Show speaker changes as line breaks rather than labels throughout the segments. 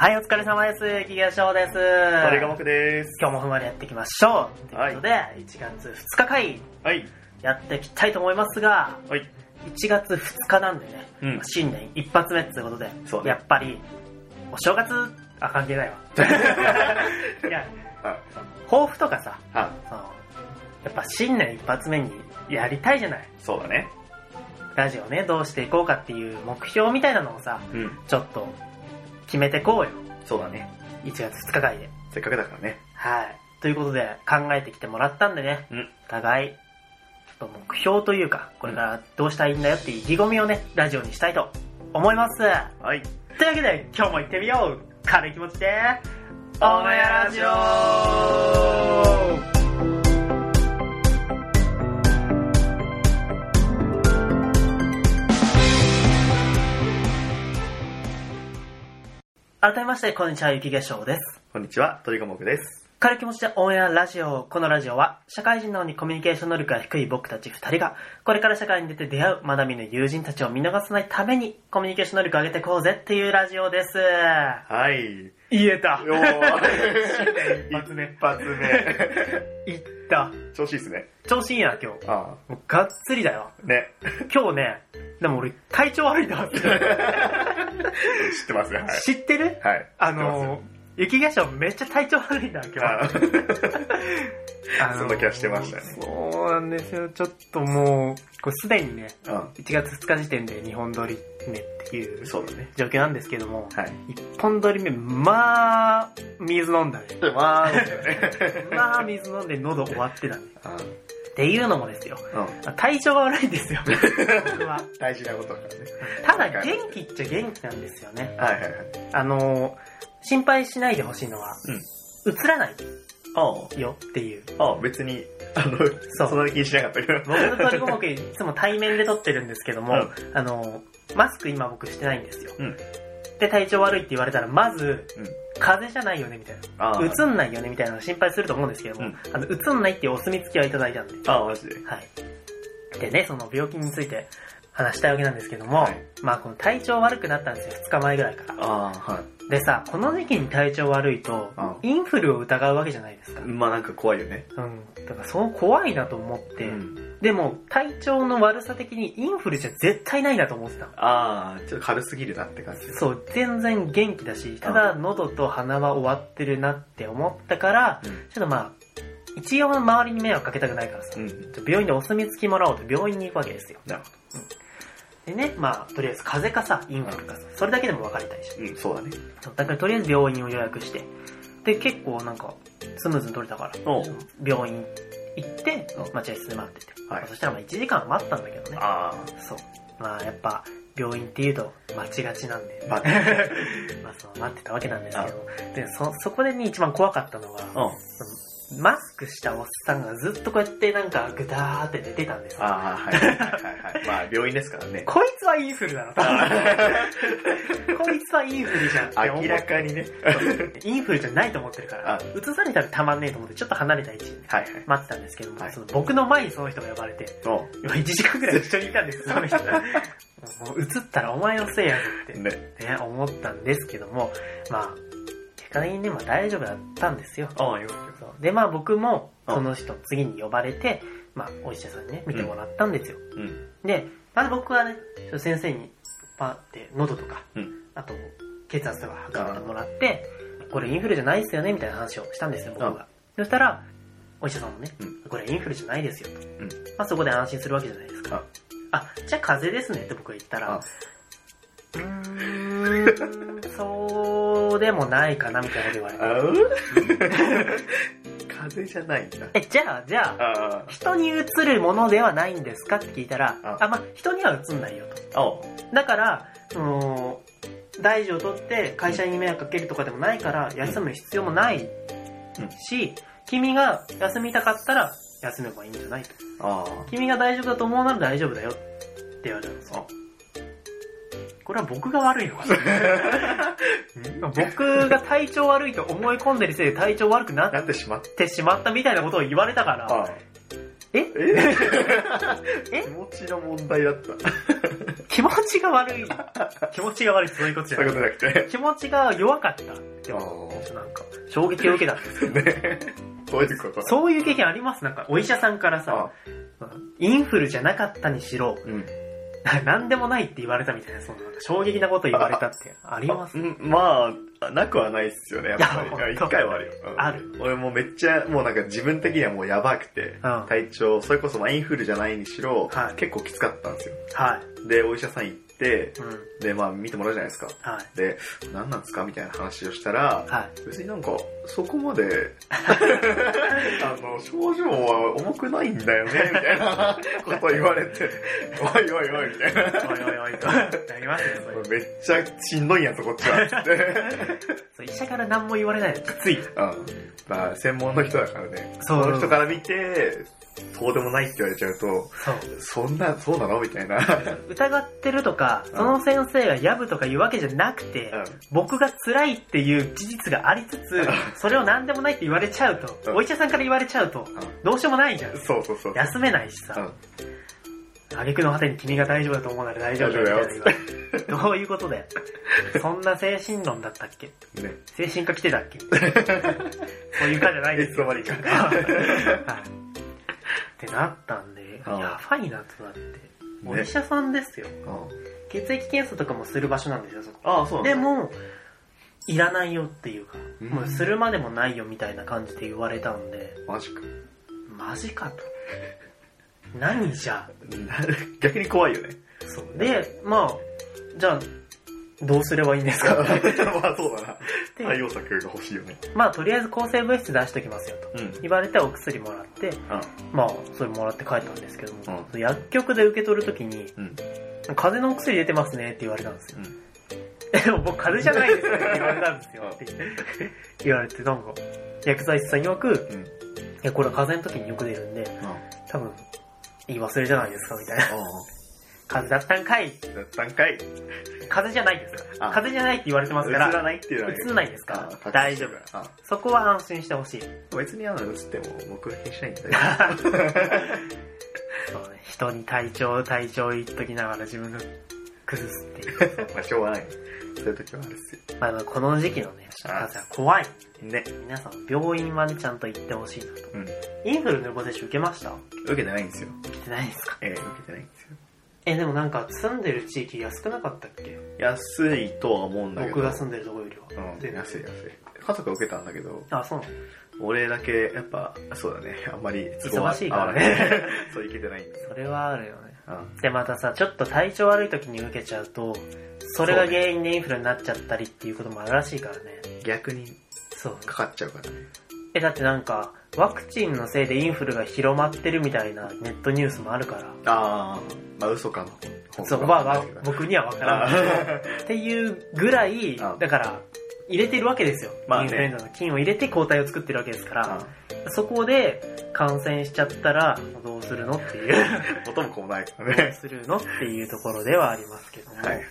はい、お疲れ様です。企業賞です。
鳥が目です。
今日もふんわりやっていきましょう。ということで、1月2日会
はい。
やっていきたいと思いますが、
はい。
1月2日なんでね、
うん
新年一発目ってことで、
そうね
やっぱり、お正月、あ、関係ないわ。 いや、
は
その抱負とかさ、
は
そのやっぱ新年一発目にやりたいじゃない。
そうだね。
ラジオね、どうしていこうかっていう目標みたいなのをさ、
うん。
ちょっと決めてこうよ。
そうだね。
1月2日会で。
せっかくだからね。
はい。ということで、考えてきてもらったんでね、
うん
お互い、ちょっと目標というか、これからどうしたらいいんだよっていう意気込みをね、ラジオにしたいと思います。
はい。
というわけで、今日も行ってみよう軽い気持ちで、
オンエアラジオ
改めまして、こんにちは、ゆきげしょうです。
こんにちは、鳥が目です。
軽い気持ちでオンエアラジオ。このラジオは、社会人なのにコミュニケーション能力が低い僕たち二人が、これから社会に出て出会うまだ見ぬ友人たちを見逃さないために、コミュニケーション能力を上げていこうぜっていうラジオです。
はい。
言えた
おー。
一発目
一発目。
言った。
調子いいっすね。
調子いいな、今日。
あ
もうがっつりだよ。
あ。ね。
今日ね、でも俺、体調悪いなって。
知ってますよ。はい。
知ってる
はい。
あのー、雪化粧めっちゃ体調悪いんだ、
知って
今
ま
日。
すよ、
あのー
そんな気がしてましたね
そうなんですよ。ちょっともう、これすでにね、
あ
1月2日時点で2本撮り目ってい
あ。
う
そうだね。
状況なんですけども、
はい。
1本撮り目、まあ、水飲んだね。
ま あ、ね。
まあ、水飲んで喉終わってたね。
あ
っていうのもですよ。
あ。うん。
体調が悪いん ですよ、僕は。
大事なことだからね。
ただ、元気っちゃ元気なんですよね。
はいはいはい。
あのー、心配しないでほしいのは、映らない
あ
よっていう。
あ。ああ、別に、 あの、
そう
そんな気にしなかったけど。
僕の鳥五目いつも対面で撮ってるんですけども、
うん
あのー、マスク今僕してないんですよ。
うん
で、体調悪いって言われたら、まず、
うん
風邪じゃないよねみたいな。
あ
映んないよねみたいなの心配すると思うんですけども、
うん
あの映んないっていうお墨付きをいただいたんで、
ああ、マジで。
はい。でね、その病気について話したいわけなんですけども、
はい
まあこの体調悪くなったんですよ、2日前ぐらいから。
ああ、はい。
でさ、この時期に体調悪いと
うん、
インフルを疑うわけじゃないですか。
まあなんか怖いよね。
うん。だからそう怖いなと思って、
うん、
でも体調の悪さ的にインフルじゃ絶対ないなと思ってたの。
ああ、ちょっと軽すぎるなって感じ。
そう、全然元気だし、ただ喉と鼻は終わってるなって思ったから、
うん。
ちょっとまあ、一応周りに迷惑かけたくないからさ、
うん。
ちょっと病院でお墨付きもらおうと病院に行くわけですよ。
なるほ
でね、まあ、とりあえず風邪かさ、インフルかさ、それだけでも分かりたいし。
ど。うん、そうだね。
そうだからとりあえず病院を予約して、で、結構なんか、スムーズに取れたから、
おう
病院行って
う、ん
待合室で待ってて。
はい
まあそしたらまあ1時間待ったんだけどね。
あ
そう。まあ、やっぱ、病院って言うと待ちがちなんで、
あ、
ま
まあ、
あ、その待ってたわけなんですけど、で、そ、そこでね、一番怖かったのは、
うん。
そのマスクしたおっさんがずっとこうやってなんかぐだーって寝てたんですよ
ああ、はいはいはいはい。まあ、病院ですから ね。
こいつはインフルだろと
あ
こいつはインフルじゃんって思
ー
っ
明らかにね。
インフルじゃないと思ってるから
あ、
移されたらたまんねえと思って、ちょっと離れた位置に
はいはい。
待ってたんですけども、
はい
その僕の前にその人が呼ばれて、
お
今1時間くらい一緒にいたんですよ、 その人。もう移ったらお前のせいやぞ
う
っ
ね。
てね、思ったんですけども、まあ、結果的にね、まあ大丈夫だったんですよ。
ああ、よかっ
そうで、まあ僕も、
あ
その人、次に呼ばれて、まあお医者さんにね、見てもらったんですよ。
た。うん。
で、まず僕はね、ちょっと先生に、パーって喉とか、
うん
あと血圧とか測ってもらって、これインフルじゃないですよね、みたいな話をしたんですよ、僕が。そしたら、お医者さんもね、
うん
これインフルじゃないですよと。
ん
まあそこで安心するわけじゃないですか。あ、じゃあ風邪ですねって僕が言ったら
あ、
うーん、そうでもないかな、みたいなこと言われ
あ
て。
う 風邪じゃないんだ。
え、じゃあ、じゃあ、
あ
人にうつるものではないんですかって聞いたら、
あ
あ、まあ人にはうつんないよと。
あ、おう
だから、その、大事を取って会社に迷惑かけるとかでもないから、休む必要もないし、君が休みたかったら休めばいいんじゃないと。
あ
君が大丈夫だと思うなら大丈夫だよって言われたんですよ。これは僕が悪いのかな僕が体調悪いと思い込んでるせいで体調悪くな
あ。
っ
なってしまった
てしまったみたいなことを言われたから、。え
え
え
気持ちの問題だった。
気持ちちが悪い。 気持ちが悪いってそういうことじゃ
そう
ないいう
ことなくて。
気持ちが弱かった。でも、
あ
なんか、衝撃を受けた。
ーね。どういうこと
そういう経験ありますなんか、お医者さんからさ、インフルじゃなかったにしろ、
うん。
なんでもないって言われたみたいな、そのなんか衝撃なこと言われたってあります
うんまあ、なくはないっすよね、やっぱ
い
り
や
いや。
本当
一回はあるよ。うん
ある。
俺もうめっちゃ、もうなんか自分的にはもうやばくて、
うん。はい。
体調、それこそまあインフルじゃないにしろ、
はい
結構きつかったんですよ。で、お医者さん行って、
うん。
で、まあ見てもらうじゃないですか。
はい。
で、何なんですかみたいな話をしたら、
はい。
別になんか、そこま で、あの、症状は重くないんだよね、みたいなこと言われて、おいおいおい、みたいな。
おいおい おいと。なりますよ、それ。
めっちゃしんどいんやつ、こっちは。 って。
そう医者から何も言われないのきつい。
うん。まあ、専門の人だからね。
そう
その人から見て、そうでもないって言われちゃうと、
そう。
そんな、そうなのみたいな。
疑ってるとか、その先生がやぶとか言うわけじゃなくて、僕が辛いっていう事実がありつつ、それを何でもないって言われちゃう
う
と、
ん
お医者さんから言われちゃうと、
う
どうしようもないじゃん
ん。。そうそうそう。
休めないしさ、
う
挙句の果てに君が大丈夫だと思うなら大丈夫だよみたいな言われて。どういうこと だよ。そんな精神論だったっけ
ん。ね。
精神科来てた っけそういう科じゃない
い
です
つ
よ
の間にか。
はいってなったんで、
うん
やばいなとなって。お医者さんですよ。血液検査とかもする場所なんですよ、そこ。
ああ、そう
で、も、いらないよっていうか、
うん
もうするまでもないよみたいな感じで言われたんで、
マジか。
マジかと。何じゃ
逆に怖いよね。
そう。で、まあ、じゃあ、どうすればいいんです
ま
か
あ
って。
そうだな。対応策が欲しいよね。
まあ、とりあえず抗生物質出しときますよと。
うん。
言われてお薬もらって、
あ
まあ、それもらって帰ったんですけども、
う
薬局で受け取るときに、
うん。
風邪のお薬出てますねって言われたんですよ。
うん。
でも僕風邪じゃないです よって言われたんですよって言われて、なんか、薬剤師さん曰く、
うん。
いや、これは風邪の時によく出るんで、
あ
多分、言い忘れじゃないですかみたいな。
あ。
風邪だったんかい
段階。
風邪じゃないですから
あ
風邪じゃないって言われてますか
映ら
ら、
ないっていうのは
映んないですか
あ
ら、大丈夫。
あ
そこは安心してほ しい。
別にあの映っても僕は気にしないん だよ。
そうね、人に体調、体調言っときながら自分が崩すっていう。
まあしょうがない。そういう時はあるっすよ。
まあ、この時期のね、風邪は怖い。
ね。
皆さん、病院までちゃんと行ってほしいなと。
うん。
インフルの予防接種受けました
受けてないんですよ。
受けてないですか
ええ受けてないんですよ。
え、でもなんか住んでる地域安くなかったっけ
安いとは思うんだけど。
僕が住んでるとこよりは。
うん、
で
安い安い。家族は受けたんだけど、
あ、そう
俺だけ、やっぱ、そうだね、あんまり、
忙しいからね。
そう、いけ てないんだよ。
それはあるよね。
うん
で、またさ、ちょっと体調悪い時に受けちゃうと、それが原因でインフルになっちゃったりっていうこともあるらしいからね。
逆に
そう。
かかっちゃうからね。
え、だってなんか、ワクチンのせいでインフルが広まってるみたいなネットニュースもあるから。
あー、まあ嘘かな。本
そう、
当
まあ
か
ま
わ
あ
かんないけ、ど
僕にはわからない。
あ
っていうぐらい、
あ
だから、入れてるわけですよ。
まあね
インフルエンザの菌を入れて抗体を作ってるわけですから、
ー
そこで感染しちゃったら、どうするのって いう、
元も子もないからね。
するのっていうところではありますけども。
はいはい。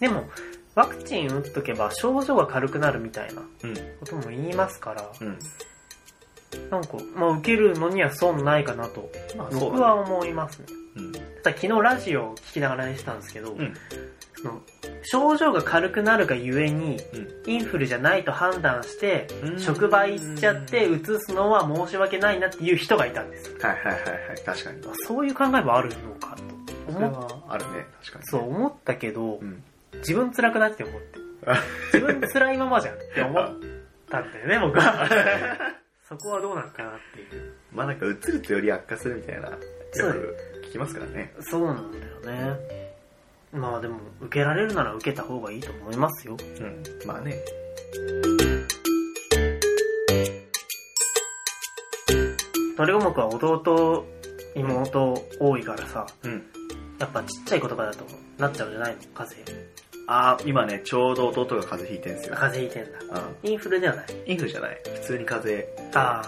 でも、ワクチン打っとけば症状が軽くなるみたいな
うん。
ことも言いますから、
うん。
なんか、まあ受けるのには損ないかなと、
まあそう
僕
だ
は
ね。
思いますね。
うん。
ただ昨日ラジオを聞きながらにしたんですけど、
うん。
その症状が軽くなるがゆえに、
うん
インフルじゃないと判断して、
うん
職場行っちゃって移すのは申し訳ないなっていう人がいたんですよ。
はいはいはいはい。確かに。
そういう考えもあるのかと
そ
思
れ
っ
はあるね。確かに。
そう。思ったけど
う、ん。
自分辛くなって思って
あ。
自分辛いままじゃんって思ったんだよね、僕は。そこはどうなのかなっていう。
まあなんか映るとより悪化するみたいな、よ
そう
く聞きますからね。
そうなんだよね。まあでも、受けられるなら受けた方がいいと思いますよ。
うん。まあね。
鳥五目は弟、妹多いからさ、
うん。
やっぱちっちゃい子とかだとなっちゃうんじゃないの風邪。
あー、今ね、ちょうど弟が風邪ひいてんすよ。
風邪ひいてんだ。
うん。
インフルではない。
インフルじゃない。普通に風邪。
あ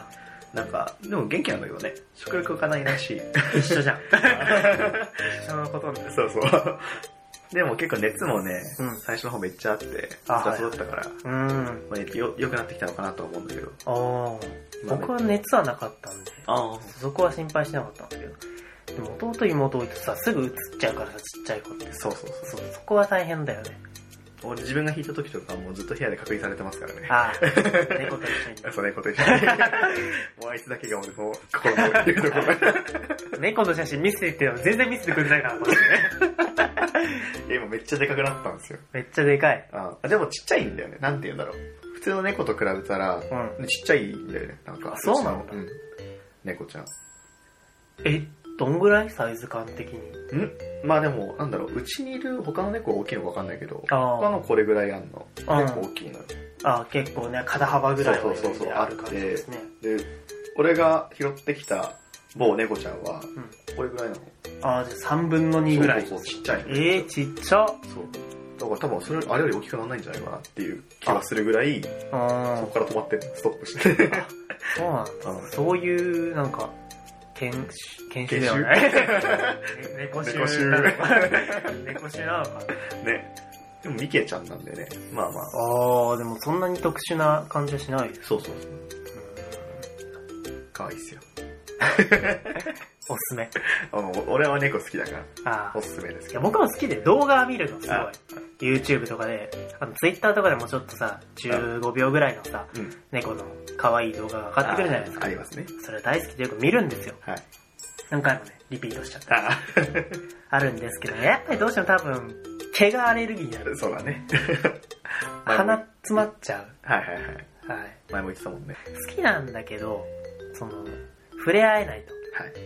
なんか、でも元気なんだけどね。食欲がないらしい。
あ、一緒じゃん。 一緒のことね。
そうそう。 でも結構熱もね、
うん
最初の方めっちゃあって、
あ
あそうだったから、
うん。
まあ、よ、良くなってきたのかなとは思うんだけど。
ああ、僕は熱はなかったんで。
ああ。
そこは心配しなかったんだけど。でも弟妹多いとさ、すぐ映っちゃうからさ、ちっちゃい子って。
そうそうそ
そ
う
う、そこは大変だよね。
俺自分が弾いた時とかもうずっと部屋で隔離されてますからね。
ああ、 猫と一緒
それこと一緒 に。もうあいつだけが俺の心のいるところ。
に。猫の写真見せてっても全然見せてくれないから、これね。
いや今めっちゃでかくなったんですよ。
めっちゃでかい。
あでもちっちゃいんだよね。なんて言うんだろう。普通の猫と比べたら、
うん。
ちっちゃいんだよね。なんか、
あそうなんだ
ちのうん猫ちゃん。
え、どんぐらいサイズ感的に。
んまあでも、なんだろう、うちにいる他の猫は大きいのかわかんないけど、
ああ
他のこれぐらいあんの。結
うん
構大きいのよ。
ああ、結構ね、肩幅ぐらいは
そうそうそうそう
ある感じですね。
で、俺が拾ってきた某猫ちゃんは、
ん
これぐらいなの。
ああ、じゃあ3分の2ぐらい。
そうそうそう、ちっちゃいの。
えー、ちっちゃ。
そう。だから多分それ、あれより大きくならないんじゃないかなっていう気がするぐらい、
あ
そ
あ
こ、から止まってるストッ プして。
そうなんだ。
うん
そういう、なんか、研修、研修ではないね猫修
猫臭
なのかな。猫修なのかな。
ね。でもミケちゃんなんでね。まあまあ。
ああ、でもそんなに特殊な感じはしないです。
そうそうそう。かわいいっすよ。
おすすめ。
あの俺は猫好きだから、
ああ
お。すすめです
い
け
や
ど。
僕も好きで動画見るのすごい
あ。
YouTube とかで、あの Twitter とかでもちょっとさ、15秒ぐらいのさ、
うん。
猫の可愛い動画が上がってくるじゃないです
あ
か。
ありますね。
それ大好きでよく見るんですよ。
はい。
何回もね、リピートしちゃった。
あ
あるんですけど、やっぱりどうしても多分、毛がアレルギーになる。
あ、 そうだね。前も
鼻詰まっちゃ
はいはいはい。
う。はい。
前も言ってたもんね。
好きなんだけど、その、触れ合えないと。
はい。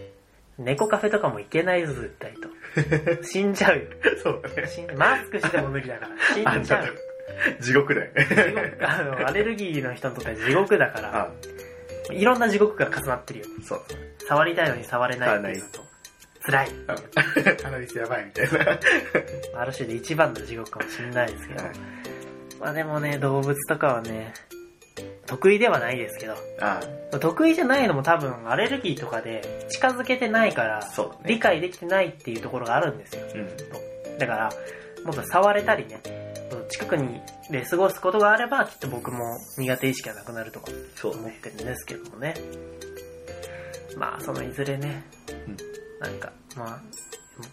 猫カフェとかも行けないぞ、絶対と。 死んじゃうよ。
そうだね。
死んマスクしても無理だ から。死
あ
ん
ん
じ
た
ゃ
と
う。
地獄だよね。
地獄あの、アレルギーの人にとっては地獄だから、
あ
いろんな地獄が重なってるよ。
そう。
触りたいのに触れないっていうのと、辛い。
あ鼻水やばいみたいな。は
ある種で一番の地獄かもしれないですけど。
い
まあでもね、動物とかはね、得意ではないですけど、
あ
得意じゃないのも多分アレルギーとかで近づけてないから
あ、、そうだ
理
ね。
解できてないっていうところがあるんですよ。
うん。
だから、もっと触れたりね、近くにで過ごすことがあれば、きっと僕も苦手意識がなくなるとか
そうだ
思っ
ね。
てるんですけどもね。まあ、そのいずれね、
うん
なんか、まあ、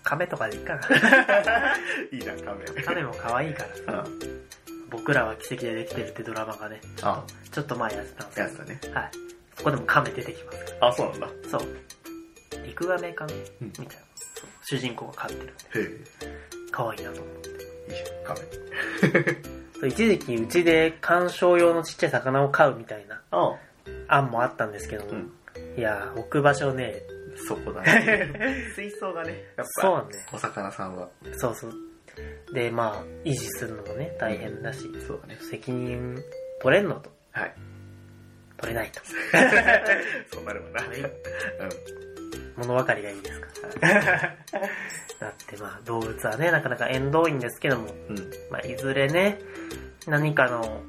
亀とかでいいか な。
いいじゃん、カメ
亀も可愛いからさ、
ラ。うん。
僕らは奇跡でできてるってドラマがね、
あ
ちょっと前やってたんです
やつだね。
けど、はい。そこでも亀出てきますか
あ、そうなんだ。へ
ら。そう。陸亀かな
うん
みたいな。そう主人公が飼ってるんで、
え。
可愛いなと思って。
いいじゃん、カメ
そう一時期うちで観賞用のちっちゃい魚を飼うみたいな
ラ。あ
案もあったんですけども、
うん。
いやー置く場所ね
そこだね。 水槽がね、やっ
そう
ぱ、
なんだよ
お魚さんは。
そうそうでまあ維持するのもね大変だし、
そうだね。
責任取れんのと
はい。
取れないと
そうなるわな。う
物分かりがいいですから だってまあ動物はねなかなか縁遠いんですけども、
ん。うん。
まあ、いずれね何かの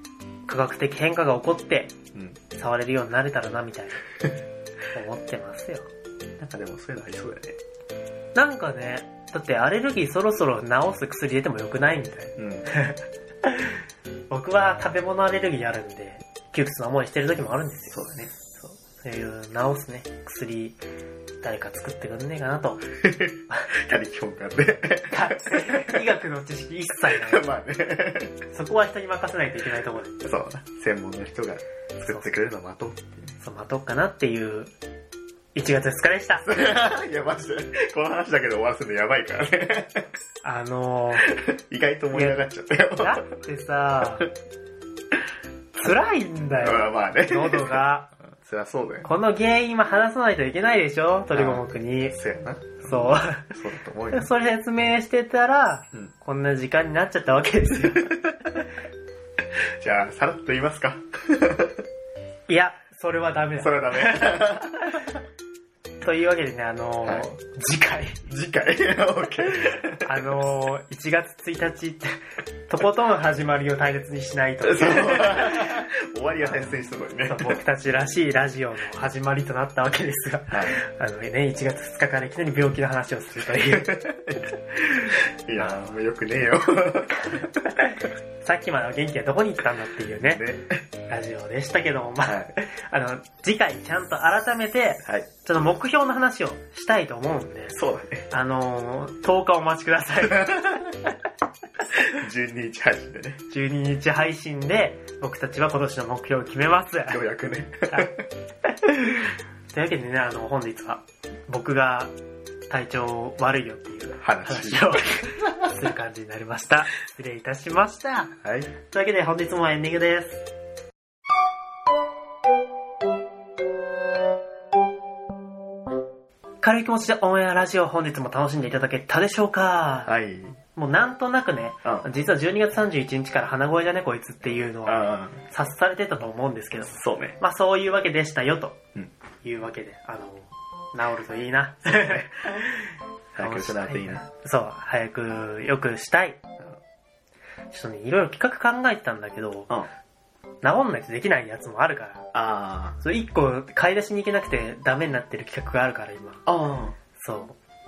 科学的変化が起こって
うん。
触れるようになれたらなみ たいな思ってますよ
なんかでもそういうのありそうだよ
なんかね、だってアレルギーそろそろ治す薬出てもよくないみたいな。
ね。
僕は食べ物アレルギーあるんで、窮屈な思いしてる時もあるんですよ。そうだね。そう。いう治すね、薬、誰か作ってくんねえかなと。
うん。他力本願で。
医学の知識一切ない。
まあね。
そこは人に任せないといけないところで、
そうだな。専門の人が作ってくれるのを待とうっていう
そう、待とうかなっていう、1月2日でした。
いや、マジで。この話だけで終わらせるのやばいからね。
あの
意外と盛り上がっちゃったよ。
ー、だってさ、辛いんだ よ、
まあまあね。
喉が。
そりゃそうだよ。
この原因は話さないといけないでしょ鳥五目に。
そうやな。
そ
そうだと思う
う。
よ
で。それ説明してたら、
うん。
こんな時間になっちゃったわけです よ。
じゃあ、さらっと言いますか。
いや、それはダメ
そ
だ。
れはダ
というわけでね、あのー
はい
次 回、
メ。次回。オッケー。
あのー1月1日って、とことん始まりを大切にしないと。
そう。終わりが大切にしたのにね。
僕たちらしいラジオの始まりとなったわけですが、
はい。
あのね、1月2日からいきなり病気の話をすると いう、
いやー、もうよくねえよ。
さっきまでの元気はどこに行ったんだっていうね、
ね。
ラジオでしたけども、まあ、
はい。
あの、次回ちゃんと改めて、
はい。
その目標の話をしたいと思うんで、
そうだね。
あのー、10日お待ちくだ さい。
12日配信でね。
12日配信で、僕たちは今年の目標を決めます。
ようやくね。
というわけでね、あの、本日は、僕が体調悪いよっていう
話。
話をする感じになりま した。失礼いたしました。
はい。
というわけで本日もエンディングです。軽い気持ちでオンエアラジオ本日も楽しんでいただけたでしょうか
はい。
もうなんとなくね、
あ
実は12月31日から鼻声じゃねこいつっていうのは
あ
察されてたと思うんですけど、
そうね。
まあそういうわけでしたよと
うん
いうわけで、あの、治るといいな。
早く失っていいな。
そう、早くよくしたい。ちょっとね、いろいろ企画考えてたんだけど、
うん。あ
治んないとできないやつもあるから、
あ
それ一個買い出しに行けなくてダメになってる企画があるから今。
ー。あ
そ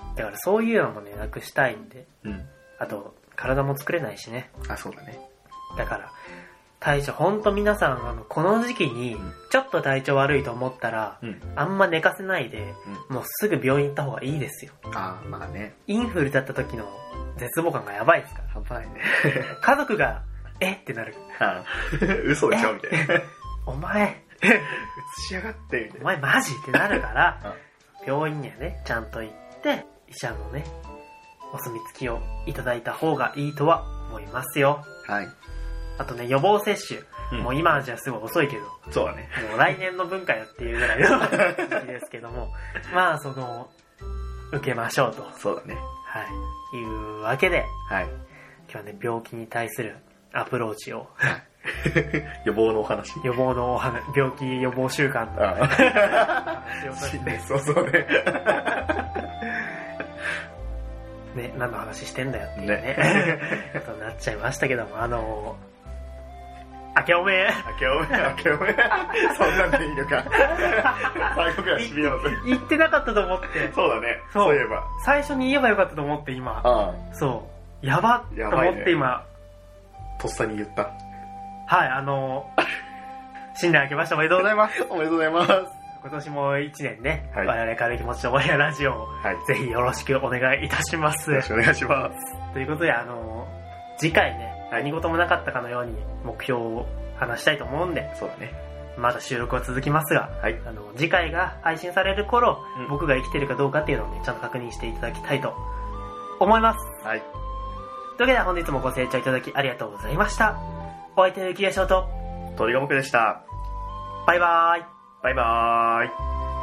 う。だからそういうのもね、なくしたいんで。
ー。うん。
あと、体も作れないしね。
あ、そうだね。
だから、大将、ほんと皆さん、あの、この時期に
うん、
ちょっと体調悪いと思ったら、
うん。
あんま寝かせないで、もうすぐ病院行った方がいいですよ。
ああ、まあね。
インフルだった時の絶望感がやばいですから。
やばいね。
家族が、えってなる。
あー 嘘でしょみたい な。映
お前、
しやがって、みた
お
いな。
前マジってなる から、病院にはね、ちゃんと行って、医者のね、お墨付きをいただいた方がいいとは思いますよ。
はい。
あとね、予防接種。もう今じゃすごい遅いけど、
うん、そうだね。
もう来年の文化やっていうぐらいの時期ですけども、まあその、受けましょうと。
そうだね。
はい。いうわけで、
は
今
い。
日はね、病気に対するアプローチを、
予防のお話。
予防のお話、病気予防習慣の
あ
話を
あ。
させ
死
て
ね、そうそうね。
ね、何の話してんだよっていうね、ことになっちゃいましたけども、あのー、明けおめ
明けおめ、明けお め。そんなんでいいのか。最後くらいしびようぜ。
言ってなかったと思って、
そうだね。
そう
そういえば。
最初に言えばよかったと思って今、
ああ。
そう、やばっと思
や
っ
ばい
て
ね
今、
とっさに言った。
はい、あのー、新年明けましておめでとうございます。
ます。おめでとうございます。
今年も一年ね、
はい
我々軽い気持ちのオンエアラジオを
はい。
ぜひよろしくお願いいたします
よ。ろしくお願いします。
ということで、あのー、次回ね、
はい
何事もなかったかのように目標を話したいと思うんで、
そうだね。
まだ収録は続きますが、
はい。
あの、次回が配信される頃、
うん
僕が生きてるかどうかっていうのをね、ちゃんと確認していただきたいと思います。
はい。
というわけで本日もご清聴いただきありがとうございました。お相手のゆきやしょうと、
鳥が僕でした。
バイバーイ。
バイバーイ。